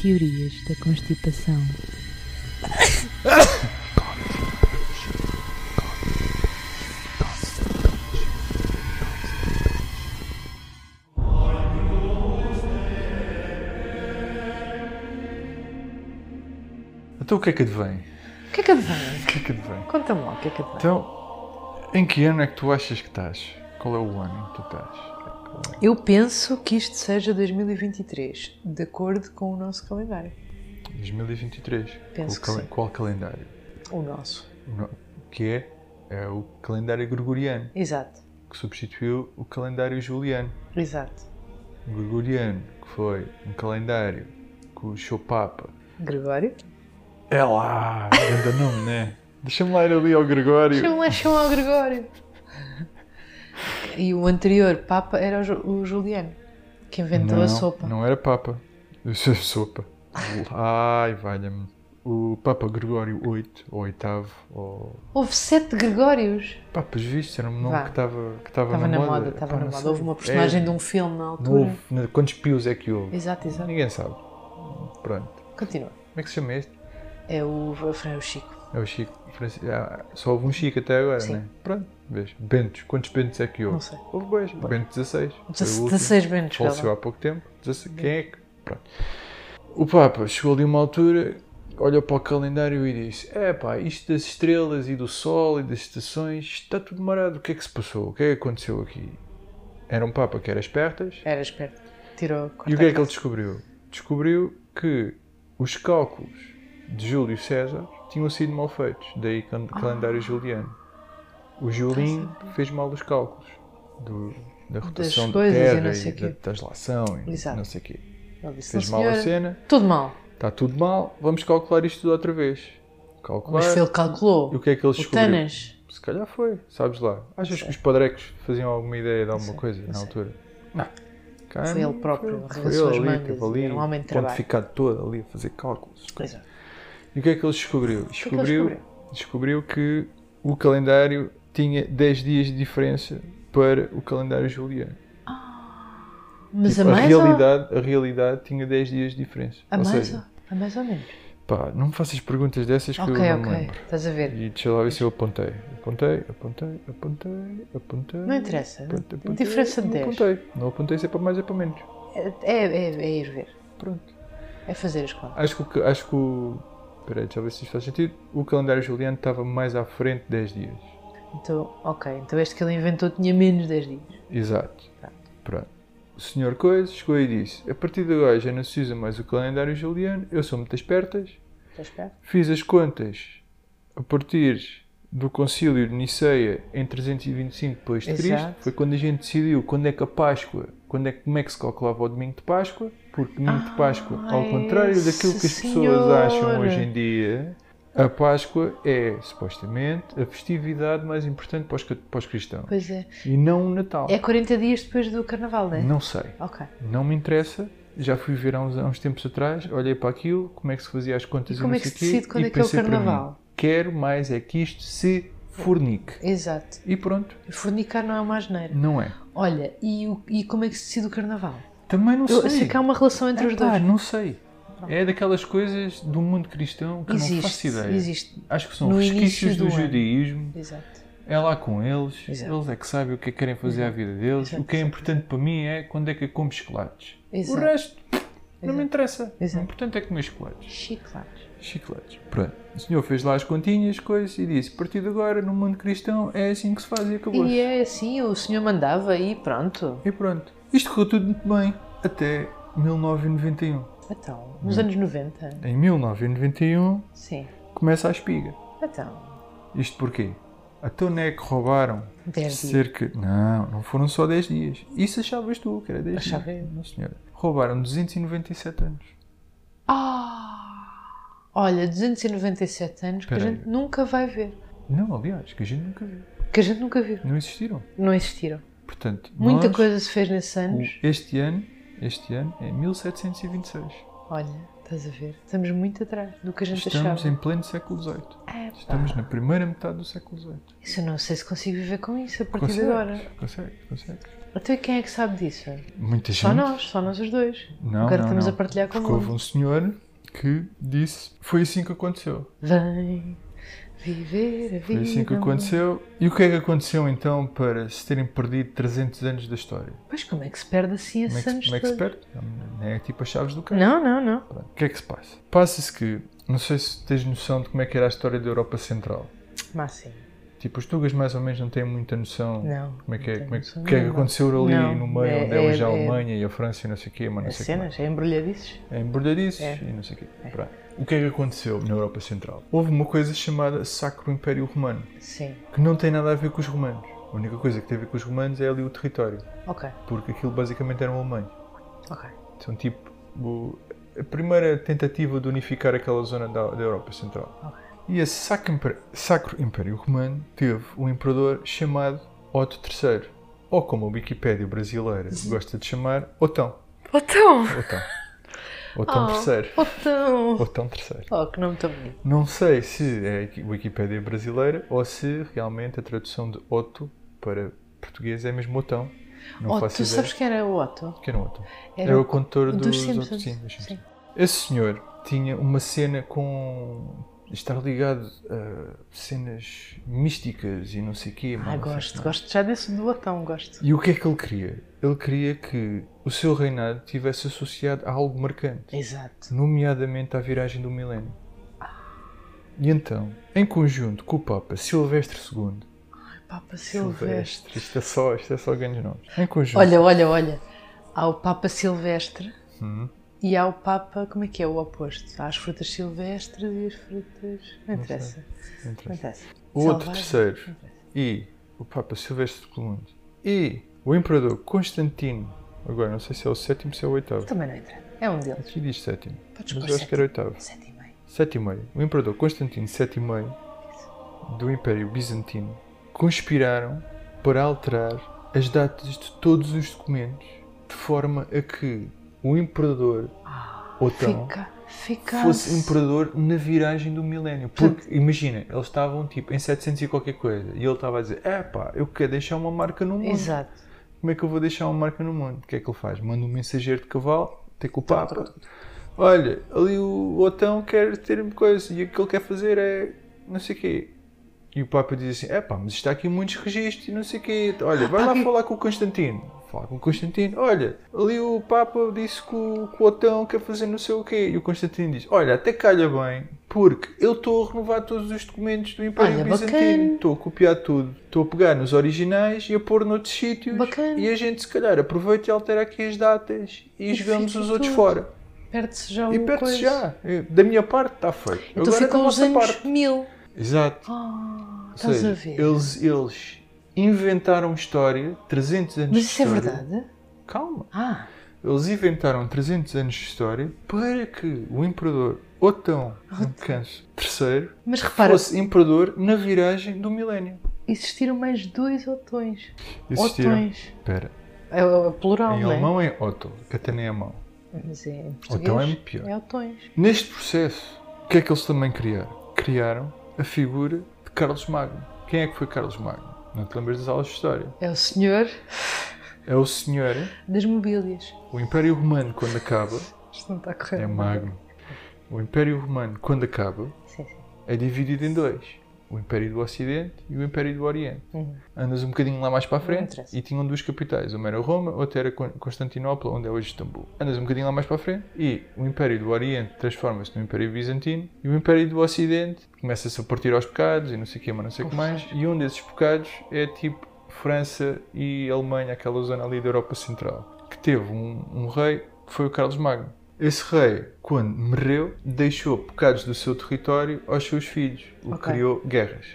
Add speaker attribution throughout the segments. Speaker 1: Teorias da constipação.
Speaker 2: Então o que é que advém?
Speaker 3: O que é que advém?
Speaker 2: O que é que advém?
Speaker 3: Conta-me lá o que é que advém.
Speaker 2: Então, em que ano é que tu achas que estás? Qual é o ano em que tu estás?
Speaker 3: Eu penso que isto seja 2023, de acordo com o nosso calendário.
Speaker 2: 2023.
Speaker 3: Penso
Speaker 2: qual,
Speaker 3: que
Speaker 2: calen-
Speaker 3: sim.
Speaker 2: qual calendário?
Speaker 3: O nosso.
Speaker 2: No- Que é? É o calendário gregoriano,
Speaker 3: Exato,
Speaker 2: que substituiu o calendário juliano.
Speaker 3: exato.
Speaker 2: O gregoriano, que foi um calendário que o seu Papa.
Speaker 3: Gregório?
Speaker 2: É lá! Ainda não, né? Deixa-me lá ir ali ao Gregório.
Speaker 3: Chama lá, chama ao Gregório. E o anterior Papa era o Ju- o Juliano, que inventou a sopa.
Speaker 2: Não era Papa. Isso é sopa. Ai, valha-me. O Papa Gregório VIII, ou oitavo, ou...
Speaker 3: Houve sete Gregórios.
Speaker 2: Papas vistos, era um nome
Speaker 3: Vá.
Speaker 2: que estava que tava
Speaker 3: Estava na moda,
Speaker 2: Epá,
Speaker 3: estava na
Speaker 2: não
Speaker 3: moda.
Speaker 2: sei.
Speaker 3: Houve uma personagem
Speaker 2: É,
Speaker 3: de um filme na
Speaker 2: não
Speaker 3: altura.
Speaker 2: houve, na- quantos pios é que houve?
Speaker 3: Exato, exato.
Speaker 2: Ninguém sabe. Pronto.
Speaker 3: Continua.
Speaker 2: Como é que se chama este?
Speaker 3: É o Frei Chico.
Speaker 2: É o Chico. Francisco. Ah, só houve um Chico até agora,
Speaker 3: Sim.
Speaker 2: né? Pronto, vês. Bentos. Quantos Bentos é que houve?
Speaker 3: Não sei.
Speaker 2: Houve dois. Bento 16. Foi o último.
Speaker 3: 16 Bentos, vê lá.
Speaker 2: Faleceu há pouco tempo. 16. Quem é que. Pronto. O Papa chegou ali a uma altura, olhou para o calendário e disse: É pá, isto das estrelas e do sol e das estações está tudo marado. O que é que se passou? O que é que aconteceu aqui? Era um Papa que era espertas.
Speaker 3: Era esperto. Tirou
Speaker 2: E o que é que ele descobriu? Descobriu que os cálculos de Júlio César tinham sido mal feitos, daí can-
Speaker 3: Ah.
Speaker 2: calendário juliano. O Julinho
Speaker 3: Tá
Speaker 2: fez mal os cálculos do- da rotação da
Speaker 3: coisas e
Speaker 2: Terra
Speaker 3: não
Speaker 2: e,
Speaker 3: sei
Speaker 2: da
Speaker 3: quê.
Speaker 2: translação e
Speaker 3: Exato.
Speaker 2: não sei o quê.
Speaker 3: Ele disse,
Speaker 2: Fez
Speaker 3: "Não,
Speaker 2: mal a
Speaker 3: senhora,
Speaker 2: cena,
Speaker 3: Tudo mal.
Speaker 2: está tudo mal, vamos calcular isto tudo outra vez. Calcular.
Speaker 3: Mas ele calculou.
Speaker 2: E o que é que eles
Speaker 3: O
Speaker 2: descobriram?
Speaker 3: Tanas.
Speaker 2: Se calhar foi, sabes lá. Achas
Speaker 3: sei.
Speaker 2: que os padrecos faziam alguma ideia de alguma coisa na
Speaker 3: sei.
Speaker 2: altura? Não. Cá
Speaker 3: Foi
Speaker 2: não
Speaker 3: ele próprio,
Speaker 2: foi.
Speaker 3: arregaçou
Speaker 2: Foi
Speaker 3: as
Speaker 2: ele ali,
Speaker 3: mangas
Speaker 2: teve
Speaker 3: e
Speaker 2: ali,
Speaker 3: era um homem de trabalho.
Speaker 2: pontificado todo ali a fazer cálculos.
Speaker 3: Coisa.
Speaker 2: E o que é que eles descobriu?
Speaker 3: que ele
Speaker 2: Descobriu, descobriu que o calendário tinha 10 dias de diferença para o calendário juliano.
Speaker 3: Mas
Speaker 2: Tipo,
Speaker 3: a
Speaker 2: a,
Speaker 3: mais ou...
Speaker 2: realidade, a realidade tinha 10 dias de diferença.
Speaker 3: A
Speaker 2: ou
Speaker 3: mais
Speaker 2: seja,
Speaker 3: ou... A mais ou menos.
Speaker 2: pá, não me faças perguntas dessas que
Speaker 3: ok,
Speaker 2: eu não me
Speaker 3: ok.
Speaker 2: lembro.
Speaker 3: Estás a ver.
Speaker 2: E deixa lá ver se eu apontei. Apontei, apontei, apontei, apontei.
Speaker 3: Não interessa.
Speaker 2: Pronto,
Speaker 3: A diferença de
Speaker 2: não
Speaker 3: 10.
Speaker 2: apontei. Não apontei se é para mais, é para menos.
Speaker 3: É, é, é ir ver.
Speaker 2: Pronto.
Speaker 3: É fazer as contas.
Speaker 2: Acho que, o que- acho que o. Peraí, deixa eu ver se isto faz sentido. O calendário juliano estava mais à frente 10 dias.
Speaker 3: Então, ok. Então este que ele inventou tinha menos 10 dias.
Speaker 2: Exato. Pronto. O senhor Coisa chegou e disse: A partir de agora já não se usa mais o calendário juliano, eu sou muito espertas,
Speaker 3: Estás perto?
Speaker 2: fiz as contas a partir do concílio de Niceia em 325 depois de Cristo,
Speaker 3: Exato.
Speaker 2: foi quando a gente decidiu quando é que a Páscoa, quando é que, como é que se calculava o domingo de Páscoa, porque domingo de Páscoa, ao
Speaker 3: Ah,
Speaker 2: contrário daquilo que as
Speaker 3: esse
Speaker 2: pessoas acham
Speaker 3: senhor.
Speaker 2: hoje em dia, a Páscoa é, supostamente, a festividade mais importante para os, ca- para os cristãos,
Speaker 3: Pois é.
Speaker 2: e não o Natal.
Speaker 3: É 40 dias depois do carnaval, não é?
Speaker 2: Não sei,
Speaker 3: Ok.
Speaker 2: não me interessa. Já fui ver há uns, há uns tempos atrás, olhei para aquilo, como é que se fazia as contas
Speaker 3: E como
Speaker 2: não
Speaker 3: é que
Speaker 2: sei
Speaker 3: se
Speaker 2: quê,
Speaker 3: decide quando
Speaker 2: e
Speaker 3: é que é o
Speaker 2: pensei para mim,
Speaker 3: carnaval?
Speaker 2: Quero mais é que isto se fornique.
Speaker 3: Exato.
Speaker 2: E pronto,
Speaker 3: Fornicar não é uma asneira.
Speaker 2: não é.
Speaker 3: Olha, e, o- e como é que se decide o carnaval?
Speaker 2: Também não
Speaker 3: Eu,
Speaker 2: sei.
Speaker 3: sei que há uma relação entre os
Speaker 2: Epá,
Speaker 3: dois.
Speaker 2: não sei. É daquelas coisas do mundo cristão que eu não faço
Speaker 3: Existe,
Speaker 2: ideia.
Speaker 3: existe.
Speaker 2: Acho que são
Speaker 3: No
Speaker 2: resquícios
Speaker 3: início
Speaker 2: do,
Speaker 3: do ano.
Speaker 2: judaísmo.
Speaker 3: Exato.
Speaker 2: É lá com eles.
Speaker 3: Exato.
Speaker 2: Eles é que sabem o que é que querem fazer à vida deles.
Speaker 3: Exato,
Speaker 2: O que é
Speaker 3: exato.
Speaker 2: importante para mim é quando é que eu como chocolates.
Speaker 3: Exato.
Speaker 2: O resto não me interessa.
Speaker 3: Exato.
Speaker 2: O importante é comer chocolates.
Speaker 3: Chiclates.
Speaker 2: Chicletes. Pronto. O senhor fez lá as continhas, coisas, e disse: a partir de agora, no mundo cristão, é assim que se faz e acabou.
Speaker 3: E é assim, o senhor mandava e pronto.
Speaker 2: E pronto. Isto correu tudo muito bem até 1991.
Speaker 3: Então,
Speaker 2: Hum.
Speaker 3: nos anos 90.
Speaker 2: Em 1991
Speaker 3: Sim.
Speaker 2: começa a espiga.
Speaker 3: Então,
Speaker 2: Isto porquê? A Tona é que roubaram
Speaker 3: 10 dias.
Speaker 2: cerca. Não, não foram só 10 dias. Isso achavas tu, que era 10
Speaker 3: Achava
Speaker 2: dias.
Speaker 3: eu.
Speaker 2: Não, senhora. Roubaram 297 anos.
Speaker 3: Ah! Olha, 297 anos que a
Speaker 2: Espera
Speaker 3: gente nunca vai ver.
Speaker 2: Não, aliás, que a gente nunca viu.
Speaker 3: Que a gente nunca viu.
Speaker 2: Não existiram.
Speaker 3: Não existiram.
Speaker 2: Portanto,
Speaker 3: Muita
Speaker 2: nós,
Speaker 3: coisa se fez nesses anos.
Speaker 2: o- Este ano, este ano é 1726.
Speaker 3: Olha, estás a ver? Estamos muito atrás do que a gente
Speaker 2: Estamos
Speaker 3: achava.
Speaker 2: em pleno século XVIII.
Speaker 3: Epá,
Speaker 2: Estamos na primeira metade do século XVIII.
Speaker 3: Isso eu não sei se consigo viver com isso a partir de
Speaker 2: Consegues,
Speaker 3: agora.
Speaker 2: consegues, consegues.
Speaker 3: Então e quem é que sabe disso?
Speaker 2: Muita
Speaker 3: Só
Speaker 2: gente.
Speaker 3: nós, só nós os dois.
Speaker 2: Não,
Speaker 3: Agora
Speaker 2: não,
Speaker 3: estamos
Speaker 2: não.
Speaker 3: a partilhar com o
Speaker 2: Porque houve
Speaker 3: mundo.
Speaker 2: um senhor que disse foi assim que aconteceu.
Speaker 3: Vem viver a vida.
Speaker 2: Foi assim que
Speaker 3: amor.
Speaker 2: aconteceu. E o que é que aconteceu então para se terem perdido 300 anos da história?
Speaker 3: Mas como é que se perde assim
Speaker 2: Como é
Speaker 3: esses
Speaker 2: que,
Speaker 3: anos
Speaker 2: como é que
Speaker 3: todos?
Speaker 2: se perde? Não É tipo as chaves do carro.
Speaker 3: Não, não, não.
Speaker 2: Pronto. O que é que se passa? Passa-se que, não sei se tens noção de como é que era a história da Europa Central.
Speaker 3: Máximo.
Speaker 2: Tipo, os tugas mais ou menos não têm muita noção
Speaker 3: Não.
Speaker 2: como é que é,
Speaker 3: não
Speaker 2: como é que,
Speaker 3: tenho
Speaker 2: o que é que
Speaker 3: noção.
Speaker 2: aconteceu ali
Speaker 3: Não,
Speaker 2: no meio,
Speaker 3: é-
Speaker 2: onde é hoje
Speaker 3: é-
Speaker 2: a
Speaker 3: é-
Speaker 2: Alemanha e a França e não sei o quê, mas não
Speaker 3: As
Speaker 2: sei o que mais.
Speaker 3: cenas, é embrulhadiços.
Speaker 2: É embrulhadiços
Speaker 3: É.
Speaker 2: e não sei o quê. Pronto. O que é que aconteceu na Europa Central? Houve uma coisa chamada Sacro Império Romano,
Speaker 3: Sim.
Speaker 2: que não tem nada a ver com os romanos. A única coisa que tem a ver com os romanos é ali o território,
Speaker 3: Ok,
Speaker 2: porque aquilo basicamente um eram alemães.
Speaker 3: ok.
Speaker 2: São tipo o- a primeira tentativa de unificar aquela zona da, da Europa Central.
Speaker 3: Ok.
Speaker 2: E esse Sacro Império, Sacro Império Romano teve um imperador chamado Otto III, ou como a Wikipédia brasileira gosta de chamar, Otão.
Speaker 3: Otão!
Speaker 2: Otão.
Speaker 3: Oh.
Speaker 2: Otão III.
Speaker 3: Otão!
Speaker 2: Otão III.
Speaker 3: Oh, que nome tão bonito.
Speaker 2: Não sei se é a Wikipédia brasileira ou se realmente a tradução de Otto para português é mesmo Otão. Não
Speaker 3: Otto,
Speaker 2: faço
Speaker 3: tu
Speaker 2: ideia.
Speaker 3: sabes quem era o Otto?
Speaker 2: Que era um Otto.
Speaker 3: Era
Speaker 2: Era,
Speaker 3: o-
Speaker 2: o condutor
Speaker 3: dos
Speaker 2: dos,
Speaker 3: Simpsons.
Speaker 2: Otto- sim, dos
Speaker 3: Sim.
Speaker 2: Simpsons. Esse senhor tinha uma cena com estar ligado a cenas místicas e não sei o quê.
Speaker 3: Ah,
Speaker 2: mas não sei
Speaker 3: gosto,
Speaker 2: mais.
Speaker 3: gosto. Já desse do Otão, gosto.
Speaker 2: E o que é que ele queria? Ele queria que o seu reinado tivesse associado a algo marcante
Speaker 3: Exato.
Speaker 2: nomeadamente à viragem do milénio. E então, em conjunto com o Papa Silvestre II,
Speaker 3: Papa Silvestre.
Speaker 2: isto é só, isto é só grandes nomes. Em conjunto.
Speaker 3: Olha, olha, olha. Há o Papa Silvestre
Speaker 2: Hum,
Speaker 3: e há o Papa. Como é que é o oposto? Há as frutas silvestres e as frutas. Não interessa. Não
Speaker 2: interessante.
Speaker 3: interessa.
Speaker 2: o outro
Speaker 3: Selvagem.
Speaker 2: terceiro e o Papa Silvestre II e o Imperador Constantino, agora não sei se é o sétimo ou se é o oitavo.
Speaker 3: Também não interessa. É um deles.
Speaker 2: Aqui diz sétimo,
Speaker 3: Podes
Speaker 2: mas
Speaker 3: pôr
Speaker 2: eu acho que era oitavo.
Speaker 3: Sete e meio.
Speaker 2: Sete e meio. O Imperador Constantino VII e meio do Império Bizantino conspiraram para alterar as datas de todos os documentos de forma a que o Imperador
Speaker 3: Ah,
Speaker 2: Otão
Speaker 3: fica. Fica.
Speaker 2: Então, fosse um Imperador na viragem do milénio. Porque, imagina, eles estavam tipo em 700 e qualquer coisa e ele estava a dizer: é pá, eu quero deixar uma marca no mundo.
Speaker 3: Exato.
Speaker 2: Como é que eu vou deixar uma marca no mundo? O que é que ele faz? Manda um mensageiro de cavalo, tem com o
Speaker 3: Tá,
Speaker 2: Papa. Olha, ali o Otão quer ter coisa e o que ele quer fazer é não sei o quê. E o Papa diz assim: é pá, mas está aqui muitos registros e não sei o quê. Olha,
Speaker 3: Ah,
Speaker 2: vai lá falar com o Constantino. Fala com o Constantino. Olha, ali o Papa disse que o, que o Otão quer fazer não sei o quê. E o Constantino diz: olha, até calha bem, porque eu estou a renovar todos os documentos do Império
Speaker 3: Olha, bacana.
Speaker 2: Bizantino. Estou a copiar tudo. Estou a pegar nos originais e a pôr noutros sítios.
Speaker 3: Bacana.
Speaker 2: E a gente, se calhar, aproveita e altera aqui as datas e,
Speaker 3: E
Speaker 2: jogamos
Speaker 3: fica
Speaker 2: os outros
Speaker 3: tudo.
Speaker 2: fora.
Speaker 3: Perde-se já
Speaker 2: E
Speaker 3: o
Speaker 2: perde-se
Speaker 3: coisa.
Speaker 2: já. Eu- Da minha parte está feito.
Speaker 3: Então
Speaker 2: Agora da
Speaker 3: ficam os
Speaker 2: nossa
Speaker 3: anos
Speaker 2: parte.
Speaker 3: mil.
Speaker 2: Exato.
Speaker 3: Ah,
Speaker 2: Ou
Speaker 3: estás
Speaker 2: seja,
Speaker 3: a ver?
Speaker 2: Eles, eles inventaram história, 300 anos
Speaker 3: Mas
Speaker 2: de
Speaker 3: isso é
Speaker 2: história.
Speaker 3: verdade?
Speaker 2: Calma.
Speaker 3: Ah,
Speaker 2: Eles inventaram 300 anos de história para que o imperador Otão não me canso, III
Speaker 3: mas repara,
Speaker 2: fosse imperador na viragem do milénio.
Speaker 3: existiram mais dois otões.
Speaker 2: Existiram.
Speaker 3: Otões.
Speaker 2: Espera,
Speaker 3: É, é plural,
Speaker 2: em
Speaker 3: não é?
Speaker 2: alemão é Otto, catanei a mão.
Speaker 3: Mas é em português.
Speaker 2: Otão é muito pior.
Speaker 3: É otões.
Speaker 2: Neste processo, o que é que eles também criaram? Criaram a figura de Carlos Magno. Quem é que foi Carlos Magno? Não te lembras das aulas de história?
Speaker 3: É o senhor
Speaker 2: É o senhor,
Speaker 3: das mobílias.
Speaker 2: o Império Romano quando acaba,
Speaker 3: Isto não está correto.
Speaker 2: é Magno. O Império Romano quando acaba
Speaker 3: Sim, sim.
Speaker 2: é dividido em dois: o Império do Ocidente e o Império do Oriente.
Speaker 3: Uhum.
Speaker 2: Andas um bocadinho lá mais para a frente
Speaker 3: interessa.
Speaker 2: e tinham duas capitais: uma era Roma, outra era Con- Constantinopla, onde é hoje Istambul. Andas um bocadinho lá mais para a frente e o Império do Oriente transforma-se no Império Bizantino e o Império do Ocidente começa-se a partir aos pecados e não sei o que, mas não sei o que mais. E um desses pecados é tipo França e Alemanha, aquela zona ali da Europa Central, que teve um, um rei que foi o Carlos Magno. Esse rei, quando morreu, deixou pecados do seu território aos seus filhos, o que
Speaker 3: Ok.
Speaker 2: criou guerras.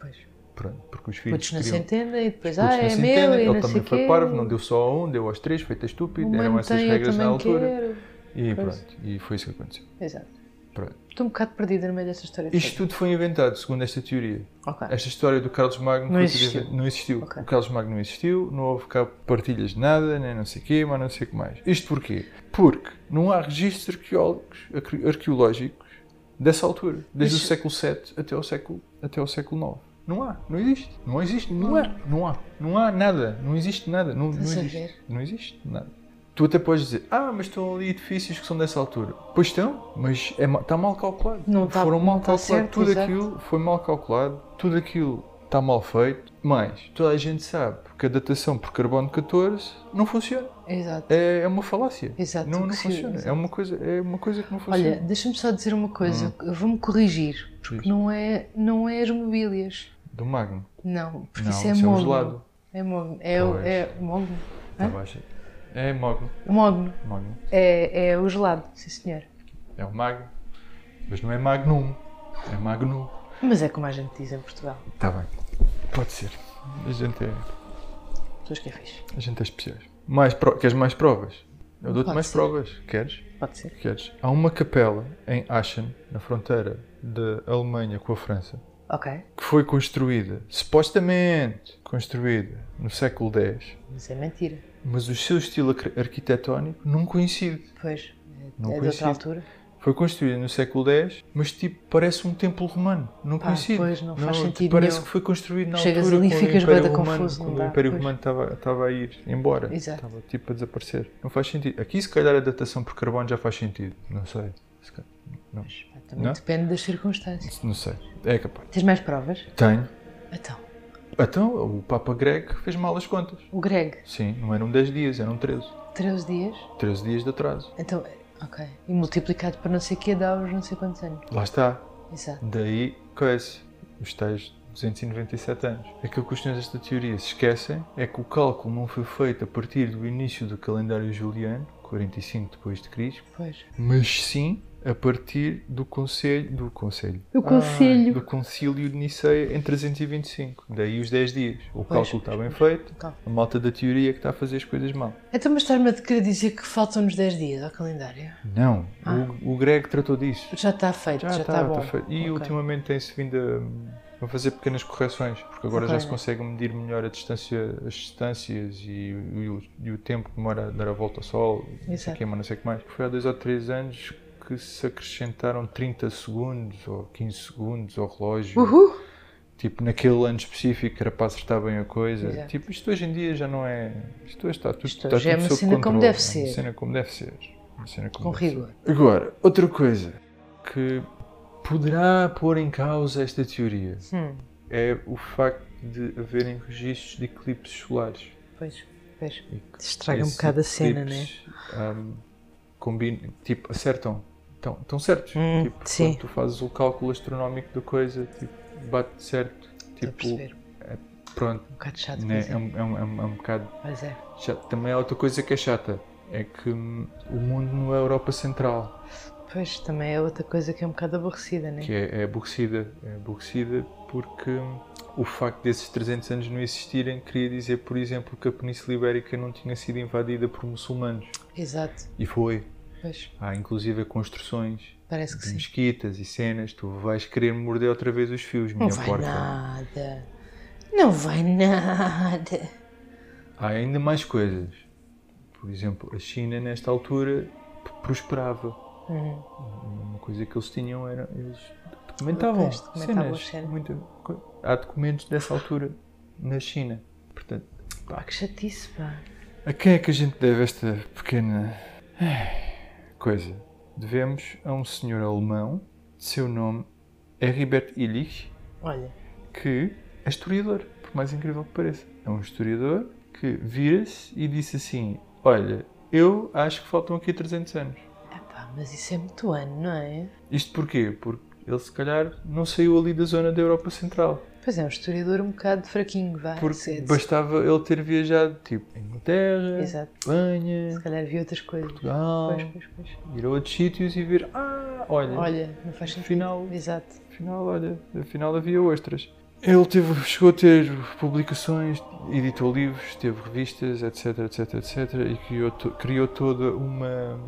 Speaker 3: Pois.
Speaker 2: Pronto, porque os filhos
Speaker 3: Putos não se
Speaker 2: queriam-
Speaker 3: entendem e depois,
Speaker 2: Putos
Speaker 3: ah,
Speaker 2: não
Speaker 3: é
Speaker 2: se
Speaker 3: meu
Speaker 2: entendem,
Speaker 3: e
Speaker 2: ele
Speaker 3: não
Speaker 2: também
Speaker 3: sei
Speaker 2: foi
Speaker 3: quê.
Speaker 2: parvo, não deu só a um, deu aos três, foi até estúpido,
Speaker 3: Uma
Speaker 2: eram essas
Speaker 3: tem, eu
Speaker 2: regras na
Speaker 3: também
Speaker 2: altura.
Speaker 3: quero.
Speaker 2: E
Speaker 3: Pois.
Speaker 2: pronto, e foi isso que aconteceu.
Speaker 3: Exato.
Speaker 2: Pronto.
Speaker 3: Estou um bocado perdida no meio desta história.
Speaker 2: Isto tudo foi inventado, segundo esta teoria.
Speaker 3: toda. Ok.
Speaker 2: Esta história do Carlos Magno
Speaker 3: Não
Speaker 2: foi
Speaker 3: existiu.
Speaker 2: tudo inven- não existiu.
Speaker 3: Ok.
Speaker 2: O Carlos Magno não existiu, não houve cá partilhas de nada, nem não sei o quê, mas não sei o que mais. Isto porquê? Porque não há registros arqueólogos, arque- arqueológicos dessa altura, desde
Speaker 3: Mas-
Speaker 2: o século VII até o século, até o século IX. Não há, não existe, não existe, não há, não há, não há nada, não existe nada, não, não
Speaker 3: Estás a
Speaker 2: existe,
Speaker 3: ver?
Speaker 2: não existe nada. Tu até podes dizer, ah, mas estão ali edifícios que são dessa altura. Pois estão, mas é ma- está mal calculado.
Speaker 3: Não está-
Speaker 2: Foram mal
Speaker 3: não está
Speaker 2: calculados,
Speaker 3: certo,
Speaker 2: tudo
Speaker 3: exato.
Speaker 2: aquilo foi mal calculado, tudo aquilo está mal feito, mas toda a gente sabe que a datação por carbono 14 não funciona.
Speaker 3: Exato.
Speaker 2: É, é uma falácia.
Speaker 3: Exato,
Speaker 2: Não, não
Speaker 3: que se-
Speaker 2: funciona. É,
Speaker 3: exato.
Speaker 2: uma coisa, é uma coisa que não funciona.
Speaker 3: Olha, deixa-me só dizer uma coisa, eu vou-me corrigir, porque
Speaker 2: Diz.
Speaker 3: não é, não é as mobílias.
Speaker 2: Do Magno.
Speaker 3: Não, porque
Speaker 2: Não,
Speaker 3: isso é
Speaker 2: isso é um
Speaker 3: mogno.
Speaker 2: gelado.
Speaker 3: é mogno. É, o-
Speaker 2: Pois.
Speaker 3: é mogno.
Speaker 2: Tá
Speaker 3: Hã?
Speaker 2: baixa. É Mogno.
Speaker 3: Mogno.
Speaker 2: Magno.
Speaker 3: É, é o gelado, sim senhor.
Speaker 2: É o Magno. Mas não é Magnum. É Magno.
Speaker 3: Mas é como a gente diz em Portugal.
Speaker 2: Tá bem. Pode ser. A gente é,
Speaker 3: Pessoas que é fixe.
Speaker 2: a gente é especiais. Mais pro... Queres mais provas? Eu dou-te
Speaker 3: Pode
Speaker 2: mais
Speaker 3: ser.
Speaker 2: provas. Queres?
Speaker 3: Pode ser.
Speaker 2: Queres? Há uma capela em Aachen, na fronteira da Alemanha com a França,
Speaker 3: Ok.
Speaker 2: que foi construída, supostamente construída, no século X,
Speaker 3: Mas é mentira.
Speaker 2: mas o seu estilo arqu- arquitetónico não coincide.
Speaker 3: Pois.
Speaker 2: Não
Speaker 3: é de
Speaker 2: coincide.
Speaker 3: outra altura.
Speaker 2: Foi construída no século X, mas tipo, parece um templo romano. Não
Speaker 3: Pá,
Speaker 2: coincide.
Speaker 3: pois, não faz
Speaker 2: tipo,
Speaker 3: sentido
Speaker 2: Parece
Speaker 3: nenhum.
Speaker 2: que foi construído na
Speaker 3: Chegas
Speaker 2: altura
Speaker 3: ali e
Speaker 2: quando o
Speaker 3: ficas
Speaker 2: Império
Speaker 3: bué da
Speaker 2: Romano-
Speaker 3: confuso, não
Speaker 2: quando
Speaker 3: dá,
Speaker 2: o Império
Speaker 3: pois.
Speaker 2: Romano estava, estava a ir embora.
Speaker 3: Exato.
Speaker 2: Estava tipo a desaparecer. Não faz sentido. Aqui se calhar a datação por carbono já faz sentido. Não sei. Se calhar- Não,
Speaker 3: Mas, pá, também
Speaker 2: Não?
Speaker 3: depende das circunstâncias.
Speaker 2: não sei. É capaz.
Speaker 3: Tens mais provas?
Speaker 2: Tenho.
Speaker 3: Então,
Speaker 2: Então, o Papa Greg fez mal as contas.
Speaker 3: o Greg,
Speaker 2: Sim, não eram 10 dias, eram 13.
Speaker 3: 13 dias.
Speaker 2: 13 dias de atraso.
Speaker 3: Então, ok. E multiplicado por não sei o quê dá os não sei quantos anos.
Speaker 2: Lá está.
Speaker 3: Exato.
Speaker 2: Daí, coisa, os tais 297 anos. Aquilo que os senhores desta teoria se esquecem é que o cálculo não foi feito a partir do início do calendário juliano, 45 depois de Cristo,
Speaker 3: Pois.
Speaker 2: mas sim a partir do conselho do conselho Ah,
Speaker 3: O conselho.
Speaker 2: do concílio de Niceia em 325. Daí os 10 dias. O
Speaker 3: Pois,
Speaker 2: cálculo está
Speaker 3: pois,
Speaker 2: bem
Speaker 3: pois.
Speaker 2: feito.
Speaker 3: então Calma.
Speaker 2: A malta da teoria é que está a fazer as coisas mal.
Speaker 3: Então, mas estás-me a querer dizer que faltam-nos 10 dias ao calendário?
Speaker 2: Não,
Speaker 3: Ah.
Speaker 2: o, o Greg tratou disso.
Speaker 3: Já está feito, já, está, bom.
Speaker 2: feito. tá E
Speaker 3: Ok.
Speaker 2: ultimamente tem-se vindo a, a fazer pequenas correções, porque agora já
Speaker 3: Ok.
Speaker 2: se consegue medir melhor a distância, as distâncias e, o- e o, e o tempo que demora a dar a volta ao Sol, não sei
Speaker 3: Exato.
Speaker 2: o que, mas não sei o que mais. Foi há dois ou três anos que se acrescentaram 30 segundos ou 15 segundos ao relógio.
Speaker 3: Uhul!
Speaker 2: Tipo, naquele ano específico era para acertar bem a coisa.
Speaker 3: Exato.
Speaker 2: Tipo, isto hoje em dia já não é. Isto hoje está tudo.
Speaker 3: Isto
Speaker 2: está
Speaker 3: hoje é
Speaker 2: tudo
Speaker 3: uma
Speaker 2: sob
Speaker 3: cena como
Speaker 2: controle,
Speaker 3: deve
Speaker 2: É
Speaker 3: ser.
Speaker 2: uma cena como deve ser. Uma cena como
Speaker 3: Com
Speaker 2: deve ser.
Speaker 3: rigor.
Speaker 2: Agora, outra coisa que poderá pôr em causa esta teoria
Speaker 3: Hum,
Speaker 2: é o facto de haverem registros de eclipses solares.
Speaker 3: pois, pois.
Speaker 2: E
Speaker 3: Estraga um
Speaker 2: esses
Speaker 3: bocado a cena, né?
Speaker 2: eclipses, hum, combinam, tipo, acertam. Estão, estão certos.
Speaker 3: Hum,
Speaker 2: tipo,
Speaker 3: sim.
Speaker 2: Quando tu fazes o cálculo astronómico da coisa, tipo, bate certo.
Speaker 3: Estou a
Speaker 2: Tipo,
Speaker 3: perceber.
Speaker 2: pronto,
Speaker 3: Um bocado chato,
Speaker 2: né?
Speaker 3: pois
Speaker 2: é,
Speaker 3: é.
Speaker 2: um, é, um, é um- é um bocado
Speaker 3: Pois é.
Speaker 2: chato. Também há outra coisa que é chata. É que hum, o mundo não é a Europa Central.
Speaker 3: Pois, também é outra coisa que é um bocado aborrecida, né?
Speaker 2: que é, é aborrecida. É aborrecida porque o facto desses 300 anos não existirem queria dizer, por exemplo, que a Península Ibérica não tinha sido invadida por muçulmanos.
Speaker 3: Exato.
Speaker 2: E foi.
Speaker 3: Pois,
Speaker 2: Há inclusive construções
Speaker 3: parece que
Speaker 2: de
Speaker 3: sim.
Speaker 2: mesquitas e cenas. Tu vais querer morder outra vez os fios, minha
Speaker 3: Não vai
Speaker 2: porca.
Speaker 3: nada. Não vai nada.
Speaker 2: Há ainda mais coisas. Por exemplo, a China, nesta altura, p- prosperava.
Speaker 3: Hum,
Speaker 2: Uma coisa que eles tinham era. Eles documentavam.
Speaker 3: Eles documentavam as
Speaker 2: cenas,
Speaker 3: cenas.
Speaker 2: muita co- Há documentos dessa altura na China. Portanto,
Speaker 3: pá, que chatice, pá.
Speaker 2: a quem é que a gente deve esta pequena eh, coisa? Devemos a um senhor alemão, de seu nome Heribert Illich,
Speaker 3: Olha,
Speaker 2: que é historiador, por mais incrível que pareça. É um historiador que vira-se e disse assim: Olha, eu acho que faltam aqui 300 anos.
Speaker 3: epá, mas isso é muito ano, não é?
Speaker 2: Isto porquê? Porque ele se calhar não saiu ali da zona da Europa Central.
Speaker 3: Pois é, um historiador um bocado fraquinho, vá. é Se-
Speaker 2: Porque
Speaker 3: se-
Speaker 2: bastava ele ter viajado tipo Inglaterra,
Speaker 3: Exato. Se
Speaker 2: Espanha,
Speaker 3: calhar vi outras coisas.
Speaker 2: Portugal,
Speaker 3: Pois, pois, pois.
Speaker 2: ir a outros sítios e ver, ah, olha,
Speaker 3: Olha, não faz sentido.
Speaker 2: afinal,
Speaker 3: Exato.
Speaker 2: afinal, olha, afinal havia ostras. Ele teve, chegou a ter publicações, editou livros, teve revistas, etc, etc, etc, e criou, to- criou toda uma...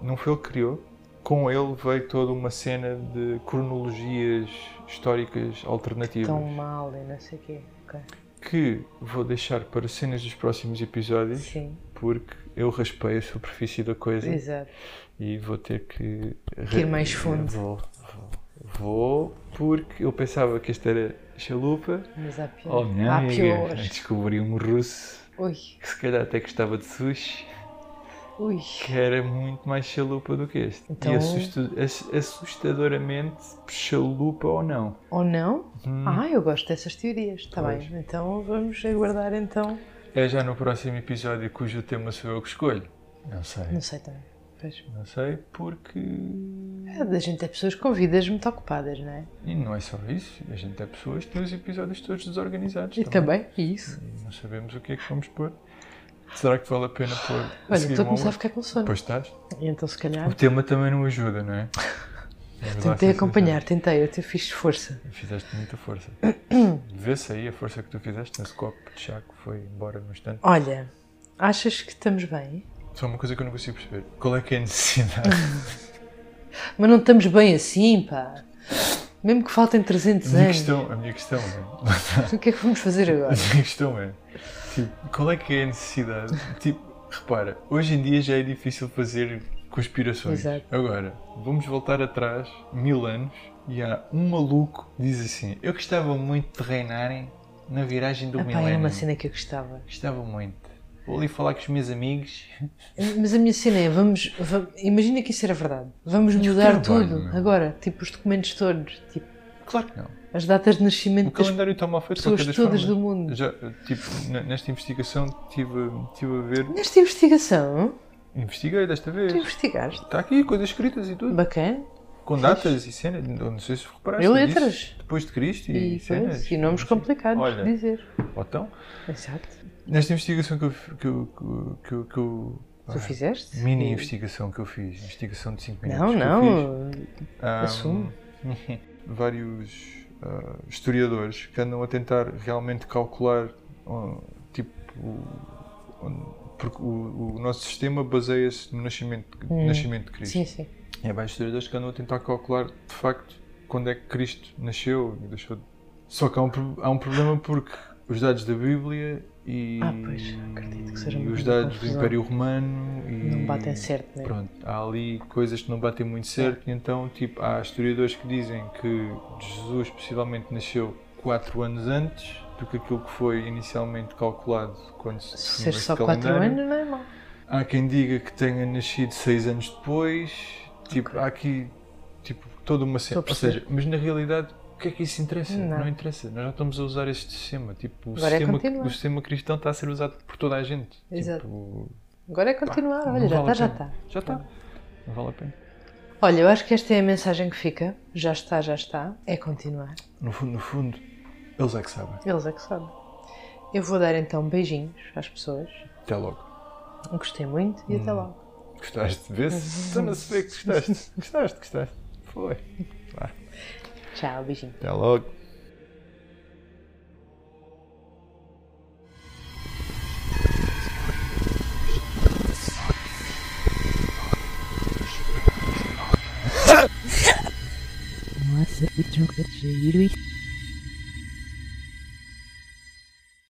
Speaker 2: não foi ele que criou, com ele veio toda uma cena de cronologias históricas alternativas.
Speaker 3: Tão mal e não sei o quê. Ok.
Speaker 2: que vou deixar para cenas dos próximos episódios
Speaker 3: Sim,
Speaker 2: porque eu raspei a superfície da coisa
Speaker 3: exato.
Speaker 2: e vou ter que
Speaker 3: Que ir mais fundo.
Speaker 2: Vou, vou, vou, porque eu pensava que este era chalupa.
Speaker 3: Mas há pior.
Speaker 2: Oh, não,
Speaker 3: há
Speaker 2: é que
Speaker 3: piores.
Speaker 2: descobri um russo
Speaker 3: Ui,
Speaker 2: que se calhar até gostava de sushi,
Speaker 3: ui.
Speaker 2: que era muito mais chalupa do que este.
Speaker 3: Então-
Speaker 2: E assusta- ass- assustadoramente chalupa ou não.
Speaker 3: Ou não?
Speaker 2: Hum.
Speaker 3: Ah, eu gosto dessas teorias. Está
Speaker 2: Pois.
Speaker 3: bem. Então vamos aguardar então.
Speaker 2: É já no próximo episódio cujo tema sou eu que escolho. Não sei.
Speaker 3: Não sei também. Pois.
Speaker 2: Não sei porque.
Speaker 3: É, da gente é pessoas com vidas muito ocupadas, não é?
Speaker 2: E não é só isso. A gente é pessoas que tem os episódios todos desorganizados.
Speaker 3: E também, isso.
Speaker 2: E Não sabemos o que é que vamos pôr. Será que vale a pena pôr? a
Speaker 3: Olha,
Speaker 2: seguir
Speaker 3: estou
Speaker 2: um ao
Speaker 3: a começar a
Speaker 2: outro?
Speaker 3: ficar com sono.
Speaker 2: Pois estás?
Speaker 3: Então se calhar.
Speaker 2: O tema também não ajuda, não é? É verdade,
Speaker 3: Tentei
Speaker 2: sim,
Speaker 3: acompanhar, tentei, eu te fiz esforço.
Speaker 2: sim. Fizeste muita força. Vê-se aí a força que tu fizeste nesse copo de chá que foi embora num instante.
Speaker 3: Olha, achas que estamos bem?
Speaker 2: Só uma coisa que eu não consigo perceber. Qual é que é a necessidade?
Speaker 3: Mas não estamos bem assim, pá. Mesmo que faltem 300
Speaker 2: a, minha
Speaker 3: anos.
Speaker 2: questão, a minha questão é...
Speaker 3: O que é que vamos fazer agora?
Speaker 2: A minha questão é... Tipo, qual é que é a necessidade? Tipo, repara. Hoje em dia já é difícil fazer conspirações.
Speaker 3: Exato.
Speaker 2: Agora, vamos voltar atrás mil anos e há um maluco que diz assim... Eu gostava muito de reinarem na viragem do
Speaker 3: Ah, pá, era
Speaker 2: milénio.
Speaker 3: uma cena que eu gostava.
Speaker 2: Gostava muito. Vou ali falar com os meus amigos.
Speaker 3: Mas a minha cena é, vamos, va- imagina que isso era verdade. Vamos mudar
Speaker 2: trabalho,
Speaker 3: tudo
Speaker 2: meu.
Speaker 3: agora, tipo os documentos todos, tipo
Speaker 2: Claro que não.
Speaker 3: as datas de
Speaker 2: O
Speaker 3: nascimento das
Speaker 2: calendário está mal feito de
Speaker 3: pessoas
Speaker 2: qualquer das
Speaker 3: todas
Speaker 2: formas.
Speaker 3: do mundo.
Speaker 2: Já, tipo, n- nesta investigação tive, tive a ver.
Speaker 3: Nesta investigação,
Speaker 2: Investiguei desta
Speaker 3: tu
Speaker 2: vez.
Speaker 3: investigaste.
Speaker 2: Está aqui, coisas escritas e tudo.
Speaker 3: Bacana.
Speaker 2: Com datas e cenas. Não não sei se reparaste.
Speaker 3: Em
Speaker 2: eu
Speaker 3: letras.
Speaker 2: disse, Depois de Cristo e,
Speaker 3: E,
Speaker 2: cenas.
Speaker 3: coisas, e nomes complicados
Speaker 2: Olha.
Speaker 3: de dizer.
Speaker 2: Ou então,
Speaker 3: Exato.
Speaker 2: nesta investigação que eu. f- Que eu, que eu, que eu-
Speaker 3: Tu fizeste?
Speaker 2: Mini
Speaker 3: E-
Speaker 2: investigação que eu fiz. Investigação de 5 minutos.
Speaker 3: Não,
Speaker 2: que eu fiz.
Speaker 3: não.
Speaker 2: Ahm,
Speaker 3: Assumo.
Speaker 2: vários ah, historiadores que andam a tentar realmente calcular ah, tipo o- onde- porque o, o nosso sistema baseia-se no nascimento,
Speaker 3: Hum.
Speaker 2: nascimento de Cristo.
Speaker 3: Sim, sim.
Speaker 2: E há vários historiadores que andam a tentar calcular de facto quando é que Cristo nasceu e deixou de... Só que há um, pro- há um problema porque os dados da Bíblia e,
Speaker 3: Ah, pois, acredito que seja
Speaker 2: e
Speaker 3: uma
Speaker 2: os
Speaker 3: grande
Speaker 2: dados do
Speaker 3: confusão.
Speaker 2: Império Romano e
Speaker 3: Não batem certo, É. né?
Speaker 2: Pronto, há ali coisas que não batem muito certo, e então, tipo, há historiadores que dizem que Jesus possivelmente nasceu 4 anos antes do que aquilo que foi inicialmente calculado quando se
Speaker 3: Se
Speaker 2: definiu
Speaker 3: ser só
Speaker 2: este
Speaker 3: 4
Speaker 2: calendário.
Speaker 3: anos, não é mal.
Speaker 2: Há quem diga que tenha nascido 6 anos depois, tipo, há aqui, tipo, toda uma cena. Ou
Speaker 3: Estou a
Speaker 2: seja, mas na realidade, o que é que isso interessa?
Speaker 3: Nada.
Speaker 2: Não interessa, nós já estamos a usar este sistema, tipo, o,
Speaker 3: Agora é
Speaker 2: sistema,
Speaker 3: continuar.
Speaker 2: o sistema cristão está a ser usado por toda a gente.
Speaker 3: Exato.
Speaker 2: Tipo,
Speaker 3: Agora é continuar,
Speaker 2: não
Speaker 3: olha, já
Speaker 2: vale
Speaker 3: está,
Speaker 2: a
Speaker 3: já tá.
Speaker 2: pena.
Speaker 3: está.
Speaker 2: já está, não vale a pena.
Speaker 3: Olha, eu acho que esta é a mensagem que fica. Já está, já está. É continuar.
Speaker 2: No fundo, no fundo, eles é que sabem.
Speaker 3: Eles é que sabem. Eu vou dar então beijinhos às pessoas.
Speaker 2: Até logo.
Speaker 3: Gostei muito e
Speaker 2: Hum.
Speaker 3: até logo.
Speaker 2: Gostaste?
Speaker 3: Uhum.
Speaker 2: Vê-se? Está-me a saber que gostaste. Gostaste, gostaste. Foi.
Speaker 3: Tchau, beijinho.
Speaker 2: Até logo.
Speaker 1: Nossa, o tronco de é giro e